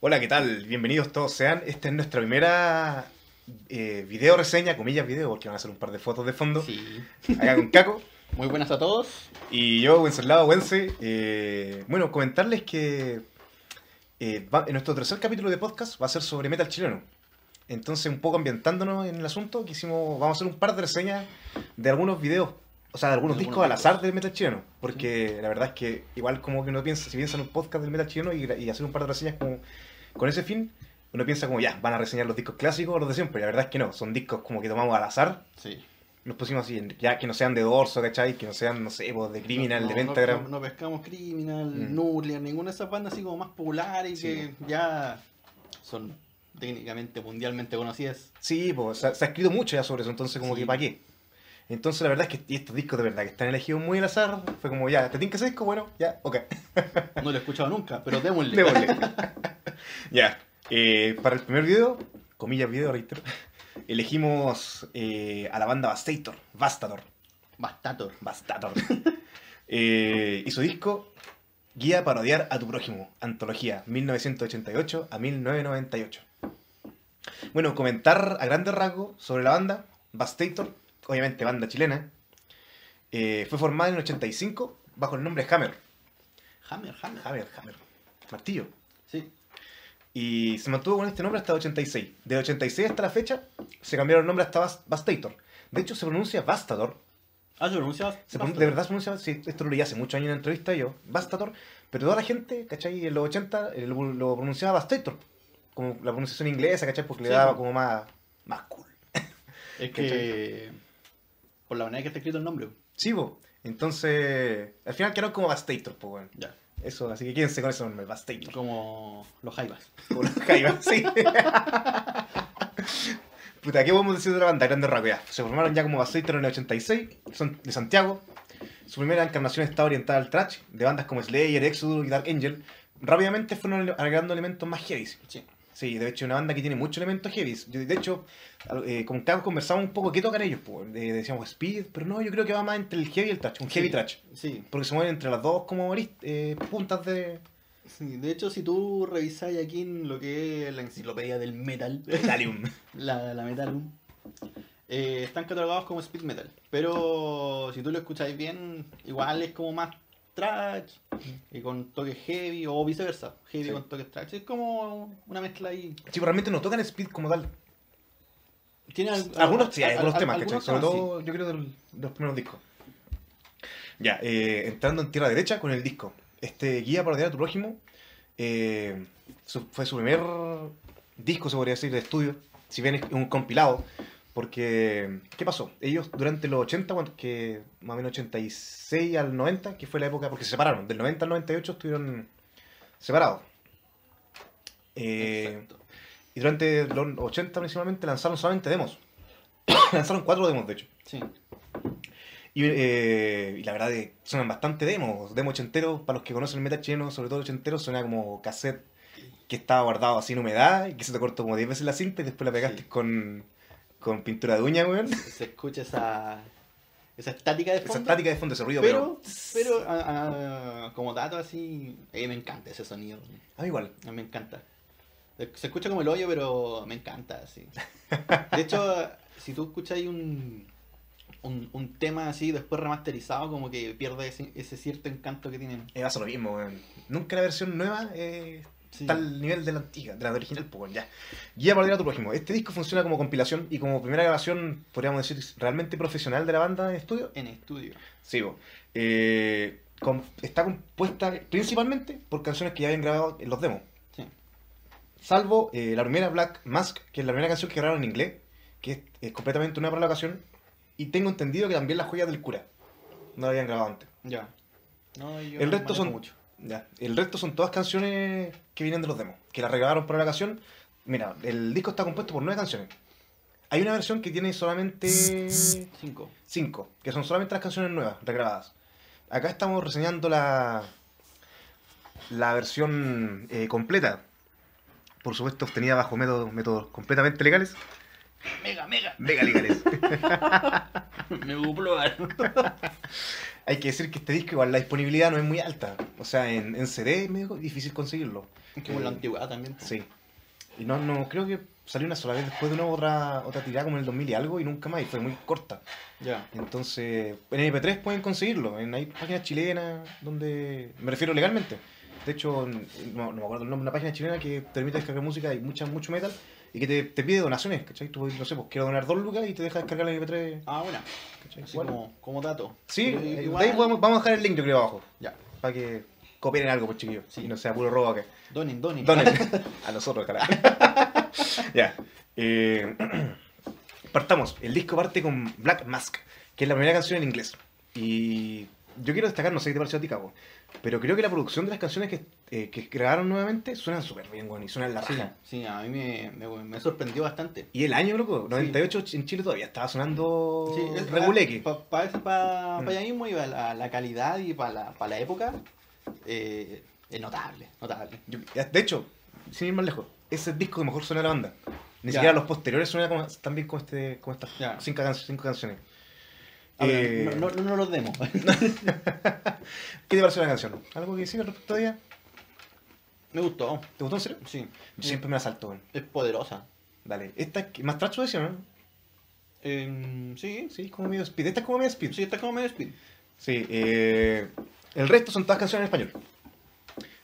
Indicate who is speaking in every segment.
Speaker 1: Hola, ¿qué tal? Bienvenidos todos sean. Esta es nuestra primera eh, video reseña, comillas video, porque van a hacer un par de fotos de fondo.
Speaker 2: Sí.
Speaker 1: Acá con Caco.
Speaker 2: Muy buenas a todos.
Speaker 1: Y yo, Wenceslao Wense. eh, bueno, comentarles que eh, va- en nuestro tercer capítulo de podcast va a ser sobre metal chileno. Entonces, un poco ambientándonos en el asunto, quisimos, vamos a hacer un par de reseñas de algunos videos, o sea, de algunos
Speaker 2: De algunos
Speaker 1: discos al
Speaker 2: videos.
Speaker 1: azar del metal chileno. Porque la verdad es que igual como que uno piensa, si piensa en un podcast del metal chileno y, gra- y hacer un par de reseñas como con ese fin, uno piensa como ya, van a reseñar los discos clásicos o los de siempre. Y La verdad es que no, son discos como que tomamos al azar
Speaker 2: Sí.
Speaker 1: nos pusimos así, ya que no sean de dorso, ¿cachai? Que no sean, no sé, pues, de Criminal,
Speaker 2: No,
Speaker 1: de
Speaker 2: no-
Speaker 1: Pentagram.
Speaker 2: No, no pescamos Criminal,
Speaker 1: Mm.
Speaker 2: Nuclear, ninguna de esas bandas así como más populares y
Speaker 1: Sí.
Speaker 2: que ya son técnicamente mundialmente conocidas.
Speaker 1: Sí, pues se ha, se ha escrito mucho ya sobre eso, entonces como
Speaker 2: Sí.
Speaker 1: que para qué. Entonces la verdad es que y estos discos de verdad que están elegidos muy al azar, fue como ya, ¿te tinca ese disco? Bueno, ya, ok,
Speaker 2: No lo he escuchado nunca, pero
Speaker 1: démosle.
Speaker 2: démosle.
Speaker 1: ya, eh, para el primer video, comillas video, reitero, elegimos eh, a la banda Bastator, Bastador,
Speaker 2: Bastator.
Speaker 1: Bastator. Eh, y su disco, Guía para odiar a tu prójimo, antología, 1988 a 1998. Bueno, comentar a grandes rasgos sobre la banda, Bastator, obviamente banda chilena, eh, fue formada en el 85 bajo el nombre Hammer.
Speaker 2: Hammer, Hammer.
Speaker 1: Hammer, Hammer. Martillo.
Speaker 2: Sí.
Speaker 1: Y se mantuvo con este nombre hasta el 86. De 86 hasta la fecha, se cambiaron el nombre hasta Bas- Bastator. De hecho, se pronuncia Bastador,
Speaker 2: Ah, se pronuncia
Speaker 1: se pronun-
Speaker 2: Bastator.
Speaker 1: de verdad se pronuncia, sí, esto lo leí hace muchos años en una entrevista yo, Bastator, pero toda la gente, ¿cachai? En los 80 eh, lo, lo pronunciaba Bastator, como la pronunciación inglesa, ¿cachai? Porque le
Speaker 2: Sí,
Speaker 1: daba
Speaker 2: po.
Speaker 1: como más, más cool.
Speaker 2: Es que. Por la manera que está escrito el nombre.
Speaker 1: Sí, po. entonces, al final quedaron como Bastator, pues bueno.
Speaker 2: Ya.
Speaker 1: Eso, así que quédense con ese nombre, Bastator.
Speaker 2: Como los Jaivas.
Speaker 1: Como los Jaivas, sí. Puta, ¿qué podemos decir de la banda? Grande rápida. Se formaron ya como Bastator en el 86, son de Santiago. Su primera encarnación está orientada al thrash, de bandas como Slayer, Exodus y Dark Angel. Rápidamente fueron ele- agregando elementos más heavy.
Speaker 2: Sí.
Speaker 1: Sí, de hecho, una banda que tiene muchos elementos heavy. Yo, de hecho, al- eh, con Carlos conversamos un poco qué tocan ellos. po. Eh, decíamos speed, pero no, yo creo que va más entre el heavy y el thrash, un heavy
Speaker 2: Sí.
Speaker 1: thrash.
Speaker 2: Sí.
Speaker 1: Porque se mueven entre las dos como arist- eh, puntas de,
Speaker 2: Sí, De hecho, si tú revisáis aquí en lo que es la enciclopedia del metal.
Speaker 1: Dalium.
Speaker 2: la, la metal eh, están catalogados como speed metal pero si tú lo escucháis bien igual es como más trash y con toques heavy o viceversa heavy
Speaker 1: Sí.
Speaker 2: con toques trash es como una mezcla ahí
Speaker 1: Sí, pero realmente no tocan speed como tal.
Speaker 2: tiene al-
Speaker 1: Algunos sí, hay
Speaker 2: al-
Speaker 1: algunos
Speaker 2: al-
Speaker 1: temas,
Speaker 2: algunos
Speaker 1: ¿cachai? Sobre
Speaker 2: temas,
Speaker 1: todo, yo creo, del- de los primeros discos. Ya, eh, entrando en tierra derecha con el disco. Este guía para odiar a tu prójimo eh, su- fue su primer disco, se podría decir, de estudio. Si bien es un compilado, porque, ¿qué pasó? Ellos durante los 80, cuando- que más o menos 86 al 90, que fue la época, porque se separaron, del 90 al 98 estuvieron separados.
Speaker 2: sí.
Speaker 1: Eh,
Speaker 2: Exacto.
Speaker 1: y durante los 80 principalmente lanzaron solamente demos. lanzaron cuatro demos, de hecho.
Speaker 2: Sí.
Speaker 1: Y, eh, y la verdad es que suenan bastante demos. Demos ochenteros, para los que conocen el metal chileno, sobre todo el ochentero, suena como cassette que estaba guardado así en humedad y que se te cortó como 10 veces la cinta y después la pegaste
Speaker 2: Sí.
Speaker 1: con, con pintura de uña, weón.
Speaker 2: se escucha esa esa estática de
Speaker 1: Esa
Speaker 2: fondo
Speaker 1: tática de fondo, ese ruido, pero...
Speaker 2: pero pero ah, ah, como dato así eh, me encanta ese sonido
Speaker 1: A mí igual.
Speaker 2: A mí Ah, Me encanta. Se escucha como el hoyo, pero me encanta, sí. De hecho, si tú escuchas un, un, un tema así, después remasterizado, como que pierde ese, ese cierto encanto que tienen.
Speaker 1: Eh, pasa lo mismo, weón. Nunca la versión nueva eh,
Speaker 2: Sí.
Speaker 1: está al nivel de la antigua, de la original, pues bueno, ya. Guía para odiar a tu prójimo. Este disco funciona como compilación y como primera grabación, podríamos decir, realmente profesional de la banda en estudio.
Speaker 2: En estudio.
Speaker 1: Sí, po. Eh, com- está compuesta principalmente por canciones que ya habían grabado en los demos.
Speaker 2: Sí.
Speaker 1: Salvo eh, la primera Black Mask, que es la primera canción que grabaron en inglés, que es, es completamente una para la ocasión. Y tengo entendido que también las joyas del cura. No la habían grabado antes.
Speaker 2: Ya. No, yo
Speaker 1: El
Speaker 2: no
Speaker 1: resto
Speaker 2: manejo
Speaker 1: son-
Speaker 2: mucho.
Speaker 1: Ya. El resto son todas canciones que vienen de los demos, que las regalaron para la ocasión. Mira, el disco está compuesto por nueve canciones. Hay una versión que tiene solamente
Speaker 2: Cinco.
Speaker 1: cinco, que son solamente las canciones nuevas, regrabadas. Acá estamos reseñando la, la versión eh, completa. Por supuesto, obtenida bajo métodos, métodos completamente legales.
Speaker 2: Mega, mega.
Speaker 1: Mega legales.
Speaker 2: ah. Me gupló.
Speaker 1: hay que decir que este disco, igual la disponibilidad no es muy alta. O sea, en, en CD es medio difícil conseguirlo.
Speaker 2: Es como en la antigüedad también. pues.
Speaker 1: Sí. Y no, no, creo que salió una sola vez después de una otra, otra tirada como en el 2000 y algo y nunca más, y fue muy corta.
Speaker 2: Ya.
Speaker 1: Entonces, en MP3 pueden conseguirlo, en hay páginas chilenas donde, me refiero legalmente. De hecho, no, no me acuerdo el nombre, una página chilena que te permite descargar música y mucha, mucho metal y que te, te pide donaciones, ¿cachai? Tú, no sé, pues quiero donar dos lucas y te deja descargar el MP3,
Speaker 2: Ah, bueno.
Speaker 1: ¿cachai?
Speaker 2: Así
Speaker 1: Bueno.
Speaker 2: como, como dato.
Speaker 1: Sí,
Speaker 2: Pero
Speaker 1: eh,
Speaker 2: igual-
Speaker 1: de ahí podemos- vamos a dejar el link, yo creo, abajo,
Speaker 2: Ya.
Speaker 1: para que cooperen algo, pues chiquillos,
Speaker 2: Sí.
Speaker 1: y no sea puro robo acá.
Speaker 2: Donen, donen.
Speaker 1: Donen. a nosotros, carajo. ya. eh, partamos. El disco parte con Black Mask, que es la primera canción en inglés. Y yo quiero destacar, no sé qué te pareció a ti, Cabo, pero creo que la producción de las canciones que, eh, que grabaron nuevamente suenan súper bien, weón, y suenan la
Speaker 2: Sí,
Speaker 1: raja.
Speaker 2: sí, a mí me, me, me sorprendió bastante.
Speaker 1: Y el año, loco, 98 en Chile todavía estaba sonando
Speaker 2: Sí, es-
Speaker 1: reguleque.
Speaker 2: pa- pa- eso, pa-
Speaker 1: Mm.
Speaker 2: pa allá mismo y para la, la calidad y para la, pa' la época, eh, es notable, notable.
Speaker 1: Yo- de hecho, sin ir más lejos, es el disco que mejor suena la banda. Ni
Speaker 2: Ya.
Speaker 1: siquiera los posteriores suenan como- tan bien como, este, como estas
Speaker 2: Ya.
Speaker 1: cinco, can- cinco canciones.
Speaker 2: Ahora,
Speaker 1: Eh,
Speaker 2: no, no, no los demos.
Speaker 1: ¿Qué te pareció la canción? ¿Algo que decir al respecto de ella?
Speaker 2: me gustó,
Speaker 1: ¿Te gustó en serio?
Speaker 2: sí.
Speaker 1: Yo siempre me la salto, weón.
Speaker 2: Es poderosa.
Speaker 1: Dale. Esta es más tracho decía, ¿no?
Speaker 2: Eh, sí,
Speaker 1: Sí, es como medio speed. Esta es como medio speed.
Speaker 2: sí, está como medio speed.
Speaker 1: Sí, eh, el resto son todas canciones en español.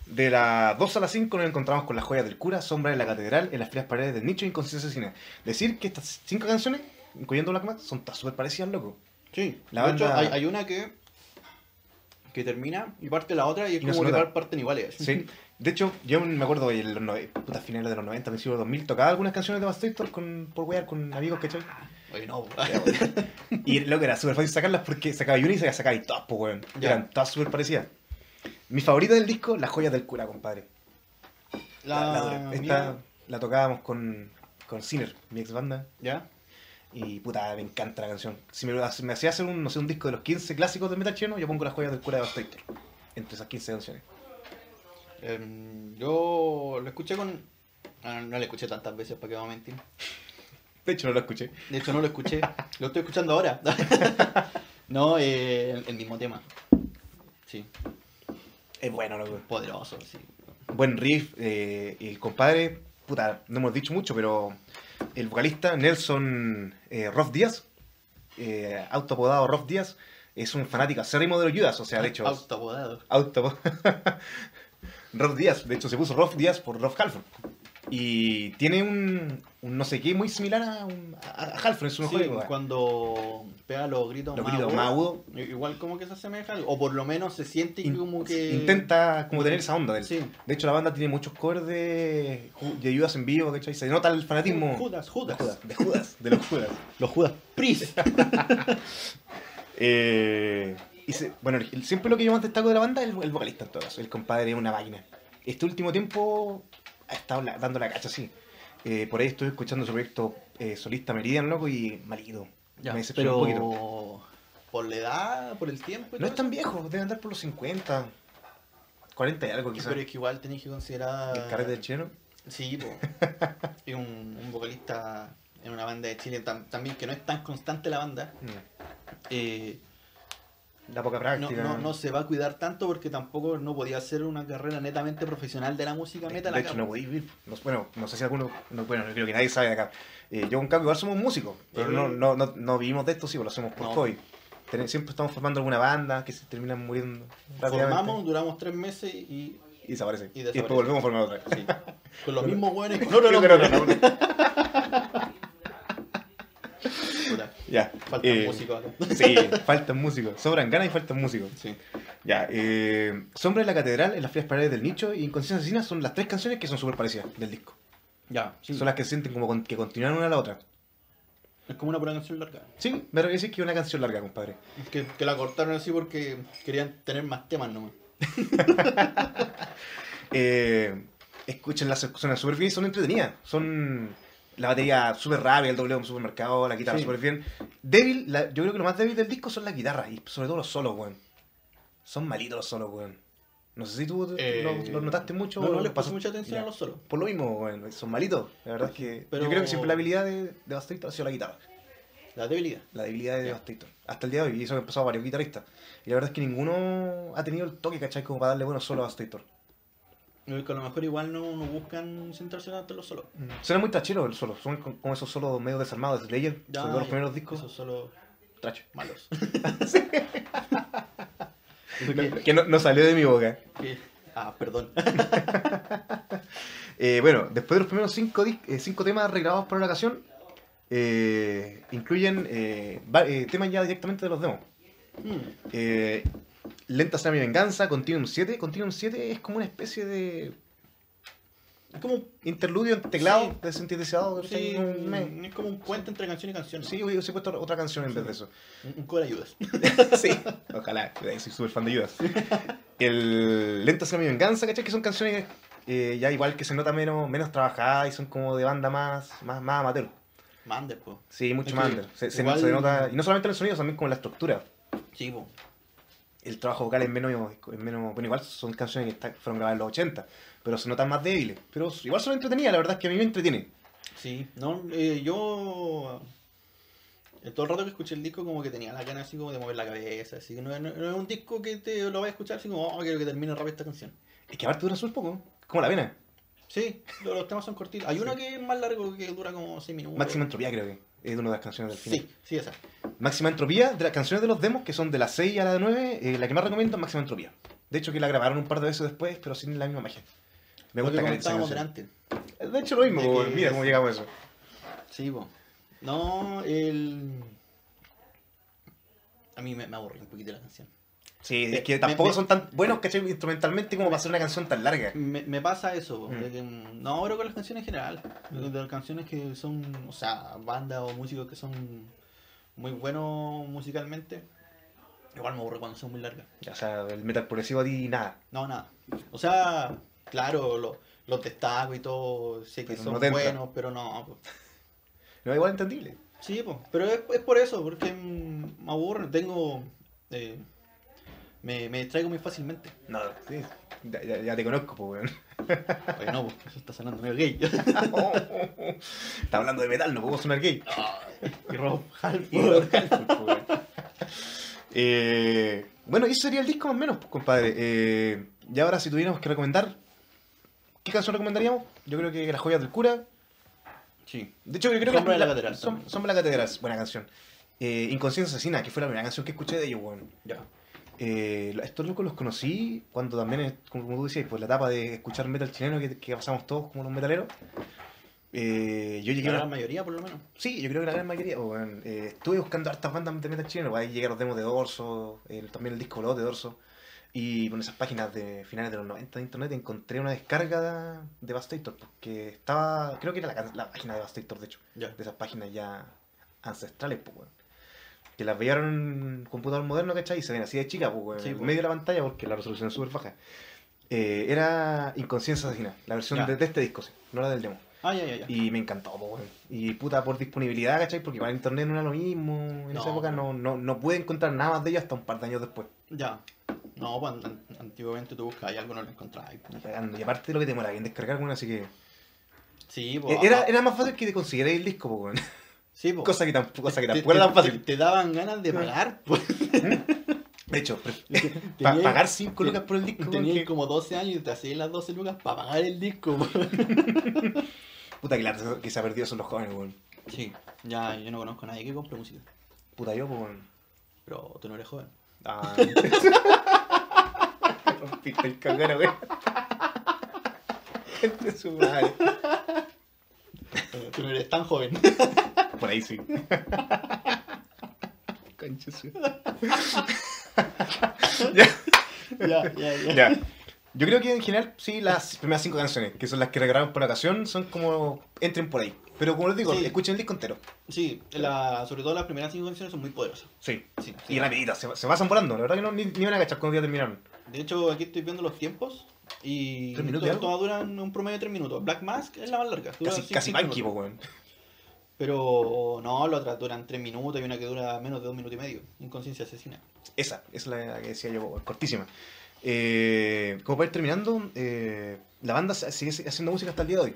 Speaker 1: De las 2 a las 5 nos encontramos con Las joyas del cura, Sombra de la catedral, En las frías paredes del nicho y Inconsciencia asesina. Decir que estas 5 canciones, incluyendo Black Mass, son todas súper parecidas, loco.
Speaker 2: Sí,
Speaker 1: La
Speaker 2: de hecho,
Speaker 1: banda-
Speaker 2: hay, hay una que, que termina y parte la otra y es
Speaker 1: Y no
Speaker 2: como
Speaker 1: se
Speaker 2: que
Speaker 1: nota.
Speaker 2: parten iguales.
Speaker 1: Sí. De hecho, yo me acuerdo en los nove- puta, finales de los 90, principios de los 2000, tocaba algunas canciones de Bastoitor con, por wear con amigos, ¿cachai?
Speaker 2: Oye, no.
Speaker 1: Y lo que era súper fácil sacarlas porque sacaba una y se sacaba y todas, pues, weón.
Speaker 2: Ya.
Speaker 1: Eran todas súper parecidas. Mi favorita del disco, Las joyas del cura, compadre. La, la dura.
Speaker 2: Ah,
Speaker 1: Esta la tocábamos con, con Sinner, mi ex banda.
Speaker 2: ¿Ya?
Speaker 1: Y puta, me encanta la canción. Si me, lo hace- me hacía hacer un, no sé, un disco de los 15 clásicos del metal chino, yo pongo Las joyas del cura de Bastator. Entre esas 15 canciones.
Speaker 2: Em, yo lo escuché con... ah, no lo escuché tantas veces, para que vamos a mentir.
Speaker 1: De hecho, no la escuché.
Speaker 2: De hecho, no lo escuché. Lo estoy escuchando ahora. no, eh, el, el mismo tema. Sí, pues
Speaker 1: Es bueno, loco.
Speaker 2: poderoso, sí.
Speaker 1: Buen riff. eh, y el compadre, puta, no hemos dicho mucho, pero el vocalista Nelson eh, Roth Díaz, eh, autoapodado Roth Díaz, es un fanático acérrimo de los Judas. O sea, de hecho, es-
Speaker 2: Autoapodado.
Speaker 1: auto. Rob Díaz, de hecho se puso Rob Díaz por Rob Halford. Y tiene un, un no sé qué muy similar a, un, a- a Halford en su mejor
Speaker 2: Sí, pues,
Speaker 1: época.
Speaker 2: cuando pega los gritos
Speaker 1: Los
Speaker 2: más
Speaker 1: gritos
Speaker 2: agudos,
Speaker 1: más agudos.
Speaker 2: Igual como que se asemeja, o por lo menos se siente
Speaker 1: In-
Speaker 2: como que...
Speaker 1: Intenta como tener esa onda de él.
Speaker 2: Sí.
Speaker 1: De hecho, la banda tiene muchos covers de, de Judas en vivo, ¿cachai? Se nota el fanatismo.
Speaker 2: Judas, Judas.
Speaker 1: De Judas, de, Judas, de los Judas.
Speaker 2: Los Judas Priest.
Speaker 1: Eh, y se- bueno, el- siempre lo que yo más destaco de la banda es el, el vocalista en todo caso. El compadre es una máquina. Este último tiempo ha estado la- dando la cacha, sí. Eh, por ahí estoy escuchando su proyecto eh, solista Meridian, loco, y malito. Me decepcionó
Speaker 2: pero
Speaker 1: un poquito.
Speaker 2: por la edad, por el tiempo. y
Speaker 1: No
Speaker 2: todo
Speaker 1: es tan
Speaker 2: eso.
Speaker 1: viejo, debe andar por los 50, 40 y algo quizás.
Speaker 2: Pero es que igual tenés que considerar...
Speaker 1: El carrete del chileno.
Speaker 2: Sí, po. es un, un vocalista en una banda de Chile tam- también que no es tan constante la banda.
Speaker 1: Mm.
Speaker 2: eh,
Speaker 1: La poca
Speaker 2: no,
Speaker 1: práctica.
Speaker 2: no, no se va a cuidar tanto porque tampoco no podía hacer una carrera netamente profesional de la música
Speaker 1: De,
Speaker 2: metal.
Speaker 1: de
Speaker 2: acá,
Speaker 1: hecho, no
Speaker 2: po.
Speaker 1: podéis vivir. No- bueno, no sé si alguno. no- bueno, creo que nadie sabe de acá. Eh, yo con Caco igual somos músicos, pero no,
Speaker 2: Eh.
Speaker 1: no, no, no vivimos de esto, sí, pues lo hacemos por
Speaker 2: No.
Speaker 1: hobby. Ten- siempre estamos formando alguna banda que se terminan muriendo. rápidamente
Speaker 2: Formamos, duramos tres meses y...
Speaker 1: y desaparece.
Speaker 2: y
Speaker 1: Y,
Speaker 2: desaparece.
Speaker 1: después volvemos a formar otra. vez.
Speaker 2: sí, con los
Speaker 1: Pero-
Speaker 2: mismos hueones con otro
Speaker 1: Creo que
Speaker 2: nombre.
Speaker 1: no, no, no.
Speaker 2: Puta,
Speaker 1: Ya.
Speaker 2: Faltan
Speaker 1: eh,
Speaker 2: músicos acá.
Speaker 1: Sí, faltan músicos. Sobran ganas y faltan músicos.
Speaker 2: Sí.
Speaker 1: Ya. Eh, Sombra de la Catedral, En las frías paredes del nicho y Inconsciencia Asesina son las tres canciones que son súper parecidas del disco.
Speaker 2: Ya, sí.
Speaker 1: Son las que se sienten como con- que continúan una a la otra.
Speaker 2: Es como una pura canción larga.
Speaker 1: Sí, me parece que es una canción larga, compadre.
Speaker 2: Es Que, que la cortaron así porque querían tener más temas nomás.
Speaker 1: Eh, escuchen las suenan súper bien, y son entretenidas. Son la batería súper rápida, el doble de un supermercado, la guitarra
Speaker 2: Sí.
Speaker 1: súper bien. Débil, la- yo creo que lo más débil del disco son las guitarras y sobre todo los solos, weón. Son malitos los solos, weón. No sé si tú te-
Speaker 2: Eh,
Speaker 1: lo, lo notaste mucho.
Speaker 2: No,
Speaker 1: o
Speaker 2: no
Speaker 1: lo
Speaker 2: les puse
Speaker 1: pasaste-
Speaker 2: mucha atención
Speaker 1: Ya.
Speaker 2: a los solos.
Speaker 1: Por lo mismo, weón, son malitos. La verdad es que
Speaker 2: Pero-
Speaker 1: yo creo que siempre la habilidad de, de Bastard ha sido la guitarra.
Speaker 2: La debilidad.
Speaker 1: La debilidad de
Speaker 2: Ya.
Speaker 1: Devastator. Hasta el día de hoy, y eso le ha pasado a varios guitarristas. Y la verdad es que ninguno ha tenido el toque, ¿cachai? Como para darle buenos solos a Devastator.
Speaker 2: Que a lo mejor igual no, no buscan centrarse tanto en los solos.
Speaker 1: Mm. Suena muy tachero el solo, son con- como esos solos medio desarmados de Slayer, sobre
Speaker 2: Ya,
Speaker 1: todo los
Speaker 2: ya,
Speaker 1: primeros discos.
Speaker 2: Esos solos
Speaker 1: Tracho.
Speaker 2: malos.
Speaker 1: No- que no, no salió de mi boca.
Speaker 2: Que- Ah, perdón.
Speaker 1: Eh, bueno, después de los primeros cinco, dis- eh, cinco temas regrabados para la ocasión, eh, incluyen eh, va- eh, temas ya directamente de los demos.
Speaker 2: Mm,
Speaker 1: Eh, Lenta será mi venganza, Continuum 7. Continuum 7 es como una especie de
Speaker 2: Es como un,
Speaker 1: interludio en teclado
Speaker 2: Sí.
Speaker 1: de sintetizado. ¿cachai?
Speaker 2: sí,
Speaker 1: Un- me-
Speaker 2: es como un puente entre canción y canción. ¿no?
Speaker 1: Sí, yo hubiese puesto otra canción en vez de eso.
Speaker 2: Un, un cobra ayudas.
Speaker 1: Sí, ojalá, eh, soy súper fan de Judas. El Lenta será mi venganza, ¿cachai? Que son canciones eh, ya igual que se nota menos, menos trabajadas y son como de banda más, más, más amateur.
Speaker 2: Mande, pues.
Speaker 1: Sí, mucho
Speaker 2: Es
Speaker 1: más
Speaker 2: que
Speaker 1: under. Se, se-
Speaker 2: igual-
Speaker 1: se nota, y no solamente en el sonido, también como en la estructura.
Speaker 2: Sí, po.
Speaker 1: El trabajo vocal es menos, es menos. Bueno, igual son canciones que está- fueron grabadas en los 80, pero se notan más débiles. Pero igual son entretenidas, la verdad es que a mí me entretiene.
Speaker 2: Sí. No, eh, yo. eh, Todo el rato que escuché el disco, como que tenía la gana así como de mover la cabeza. Así que no, no- no es un disco que te lo vayas a escuchar así como, oh, quiero que termine rápido esta canción.
Speaker 1: Es que aparte dura súper poco, como la pena.
Speaker 2: Sí, lo- los, temas son cortitos. Hay uno que es más largo que dura como 6 minutos.
Speaker 1: Máxima Entropía, creo que es una de las canciones del final.
Speaker 2: Uh. Sí, sí, esa.
Speaker 1: Máxima Entropía, de las canciones de los demos, que son de las 6 a la 9, eh, la que más recomiendo es Máxima Entropía. De hecho, que la grabaron un par de veces después, pero sin la misma magia. Me
Speaker 2: Lo que
Speaker 1: gusta que esa
Speaker 2: comentábamos
Speaker 1: canción.
Speaker 2: delante.
Speaker 1: De hecho, lo mismo,
Speaker 2: De que-
Speaker 1: mira cómo llegamos a eso.
Speaker 2: Sí, po. No, el. A mí me, me aburrió un poquito la canción.
Speaker 1: Sí,
Speaker 2: Me-
Speaker 1: es que
Speaker 2: me-
Speaker 1: tampoco
Speaker 2: me-
Speaker 1: son tan buenos, ¿cachai? Instrumentalmente como para hacer una canción tan larga.
Speaker 2: Me, me pasa eso, po,
Speaker 1: Mm.
Speaker 2: de que, mm, no, pero con las canciones en general. De, de las canciones que son, o sea, bandas o músicos que son muy buenos musicalmente. Igual me aburre cuando son muy largas.
Speaker 1: O sea, el metal progresivo a ti, nada.
Speaker 2: No, nada. O sea, claro, lo- los destaco y todo, sé que
Speaker 1: Pero
Speaker 2: son
Speaker 1: no te entra.
Speaker 2: buenos, pero no. po.
Speaker 1: No, igual entendible.
Speaker 2: Sí, po, pero es, es por eso, porque mm, me aburre, tengo... eh, me, me distraigo muy fácilmente.
Speaker 1: No, sí. Ya, ya- ya te conozco, pues, weón.
Speaker 2: Oye, no, po, eso está sonando medio gay.
Speaker 1: Está hablando de metal, no puedo sonar gay.
Speaker 2: Ah. y Rob
Speaker 1: Y
Speaker 2: Halford.
Speaker 1: los Halford, pues, weón. Eh, bueno, ese sería el disco más o menos, pues, compadre. Eh, y ahora, si tuviéramos que recomendar, ¿qué canción recomendaríamos? Yo creo que Las joyas del cura.
Speaker 2: Sí.
Speaker 1: De hecho, yo creo
Speaker 2: Sombra
Speaker 1: que.
Speaker 2: de la catedral
Speaker 1: Som-
Speaker 2: también.
Speaker 1: Sombra de la catedral, buena canción. Eh, Inconsciencia asesina, que fue la primera canción que escuché de ellos, weón.
Speaker 2: Ya.
Speaker 1: Eh, estos locos los conocí cuando también, eh, como como tú decías, pues la etapa de escuchar metal chileno que, que pasamos todos como los metaleros. Eh, yo llegué
Speaker 2: La
Speaker 1: a
Speaker 2: gran
Speaker 1: una-
Speaker 2: mayoría, por lo menos.
Speaker 1: Sí, yo creo que la gran mayoría. o, weón, eh, estuve buscando hartas bandas de metal chileno. Ahí llegué a los demos de Dorso, el- también el disco Lot de Dorso. Y con esas páginas de finales de los 90 de internet encontré una descarga de Bastator. Porque estaba. Creo que era la, can- la página de Bastator, de hecho
Speaker 2: Ya.
Speaker 1: de esas páginas ya ancestrales, pues, weón. Que las veían en un computador moderno, ¿cachai? Y se ven así de chica, pues, weón.
Speaker 2: Sí,
Speaker 1: en
Speaker 2: pues.
Speaker 1: medio de la pantalla, porque la resolución es súper baja. Eh, era Inconsciencia Asesina, la versión
Speaker 2: Ya.
Speaker 1: de, de este disco, sí, no la del demo.
Speaker 2: Ah, ya, ya, ya.
Speaker 1: Y me encantó, pues, weón. Y puta, por disponibilidad, ¿cachai? Porque para internet no era lo mismo. En esa
Speaker 2: No.
Speaker 1: época no, no, no pude encontrar nada más de ellos hasta un par de años después.
Speaker 2: Ya. No, pues an- an- antiguamente tú buscabas y algo no lo encontrabas.
Speaker 1: Ni cagando. Y aparte de lo que te demora bien descargar, bueno, así que.
Speaker 2: Sí, pues.
Speaker 1: Eh, Era, era más fácil que te consiguierais el disco, pues, weón.
Speaker 2: sí, po.
Speaker 1: Cosa que tampoco, cosa que
Speaker 2: Te-
Speaker 1: tampoco era
Speaker 2: te-
Speaker 1: tan fácil.
Speaker 2: Te, te daban ganas de pagar. pues.
Speaker 1: De hecho, pre- pa-
Speaker 2: Tenías-
Speaker 1: pagar 5
Speaker 2: te-
Speaker 1: lucas por el disco, weón,
Speaker 2: Tenías
Speaker 1: que-
Speaker 2: como 12 años y te hacías las 12 lucas para pagar el disco. pues. po.
Speaker 1: Puta que, la, que se ha perdido son los jóvenes, weón.
Speaker 2: Sí, ya yo no conozco a nadie que compre música.
Speaker 1: Puta yo, pues, weón.
Speaker 2: Pero tú no eres joven.
Speaker 1: Ah. Rompiste el cagano, weón. Gente de su madre.
Speaker 2: Eh, Tú no eres tan joven.
Speaker 1: Por ahí sí. Concha su- ya,
Speaker 2: ya, ya, ya.
Speaker 1: ya. Yo creo que en general, sí, las primeras cinco canciones, que son las que regalaron por la ocasión, son como. entren por ahí. Pero como les digo,
Speaker 2: Sí.
Speaker 1: escuchen el disco entero.
Speaker 2: Sí, la- sobre todo las primeras cinco canciones son muy poderosas.
Speaker 1: Sí.
Speaker 2: Sí, sí.
Speaker 1: Y rapiditas, se, se pasan volando. La verdad que no, ni, ni van a cachar cuando ya terminaron.
Speaker 2: De hecho, aquí estoy viendo los tiempos. Y
Speaker 1: ¿Tres minutos y
Speaker 2: to-
Speaker 1: algo?
Speaker 2: todas duran un promedio de 3 minutos. Black Mask es la más larga. dura
Speaker 1: Casi,
Speaker 2: cinco
Speaker 1: casi
Speaker 2: minutos.
Speaker 1: Banky, po, weón.
Speaker 2: Pero no, las otras duran 3 minutos y una que dura menos de 2 minutos y medio. Inconsciencia asesina.
Speaker 1: Esa, esa es la que decía yo, cortísima. Eh, como para ir terminando, eh, la banda se- sigue haciendo música hasta el día de hoy.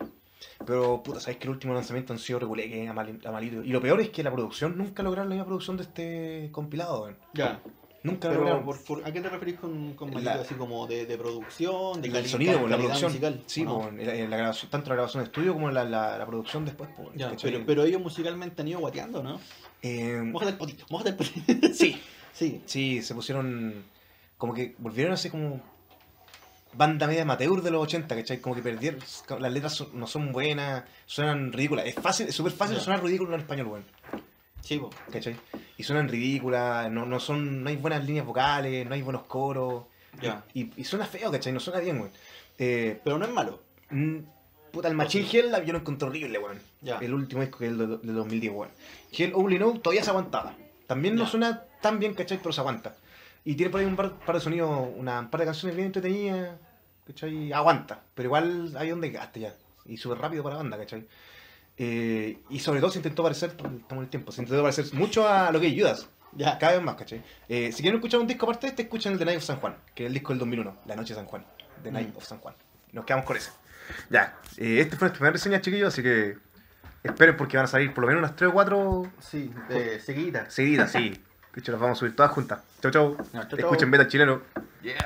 Speaker 1: Pero, puta, sabéis que el último lanzamiento han sido reguleques, a, mal- a malito. Y lo peor es que la producción nunca lograron la misma producción de este compilado, weón.
Speaker 2: Ya.
Speaker 1: Nunca la
Speaker 2: Pero,
Speaker 1: lograron.
Speaker 2: por, por- ¿a qué te referís con, con
Speaker 1: La-
Speaker 2: maldito? Así como de, de producción, de
Speaker 1: el
Speaker 2: cali-
Speaker 1: sonido, weón, la
Speaker 2: calidad
Speaker 1: producción.
Speaker 2: musical.
Speaker 1: sí, pues,
Speaker 2: ¿o no?
Speaker 1: weón, la- la grabación- tanto la grabación de estudio como la, la- la producción después, po, weón,
Speaker 2: Ya,
Speaker 1: ¿cachai?
Speaker 2: pero, pero ellos musicalmente han ido guateando, ¿no?
Speaker 1: Eh,
Speaker 2: Mójate el potito, mójate el potito.
Speaker 1: sí,
Speaker 2: sí.
Speaker 1: sí, se pusieron. Como que volvieron así como. Banda media amateur de los 80, ¿cachai? Como que perdieron. Las letras son- no son buenas, suenan ridículas. Es fácil, es súper fácil
Speaker 2: Ya.
Speaker 1: sonar ridículo en español, weón.
Speaker 2: Sí, pues, po.
Speaker 1: ¿cachai? Y suenan ridículas, no, no son, no hay buenas líneas vocales, no hay buenos coros.
Speaker 2: Ya.
Speaker 1: Y, y suena feo, ¿cachai? No suena bien, weón. Eh,
Speaker 2: Pero no es malo.
Speaker 1: mm, puta, el Machine Hell la- yo lo encontré horrible, weón.
Speaker 2: Ya.
Speaker 1: El último disco que es el de, de 2010, weón. Hell Only Know todavía se aguantaba. También no
Speaker 2: Ya.
Speaker 1: suena tan bien, ¿cachai? Pero se aguanta. Y tiene por ahí un par, par de sonidos, una, un par de canciones bien entretenidas, ¿cachai? Aguanta. Pero igual hay un desgaste ya. Y súper rápido para la banda, ¿cachai? Eh, y sobre todo se intentó parecer, estamos en el tiempo, se intentó parecer mucho a lo que es Judas.
Speaker 2: Ya.
Speaker 1: Cada vez más, ¿cachai? Eh, si quieren escuchar un disco aparte de este, escuchen el de Night of San Juan, que es el disco del 2001, La Noche de San Juan, The Night
Speaker 2: Mm.
Speaker 1: of San Juan. Nos quedamos con ese. Ya, eh, este fue nuestra primera reseña, chiquillos, así que esperen porque van a salir por lo menos unas 3 o 4
Speaker 2: Sí, de seguida.
Speaker 1: seguidas, sí. Que las vamos a subir todas juntas. Chau, chau.
Speaker 2: Ya, chau, chau.
Speaker 1: Escuchen Beta Chileno.
Speaker 2: Yeah.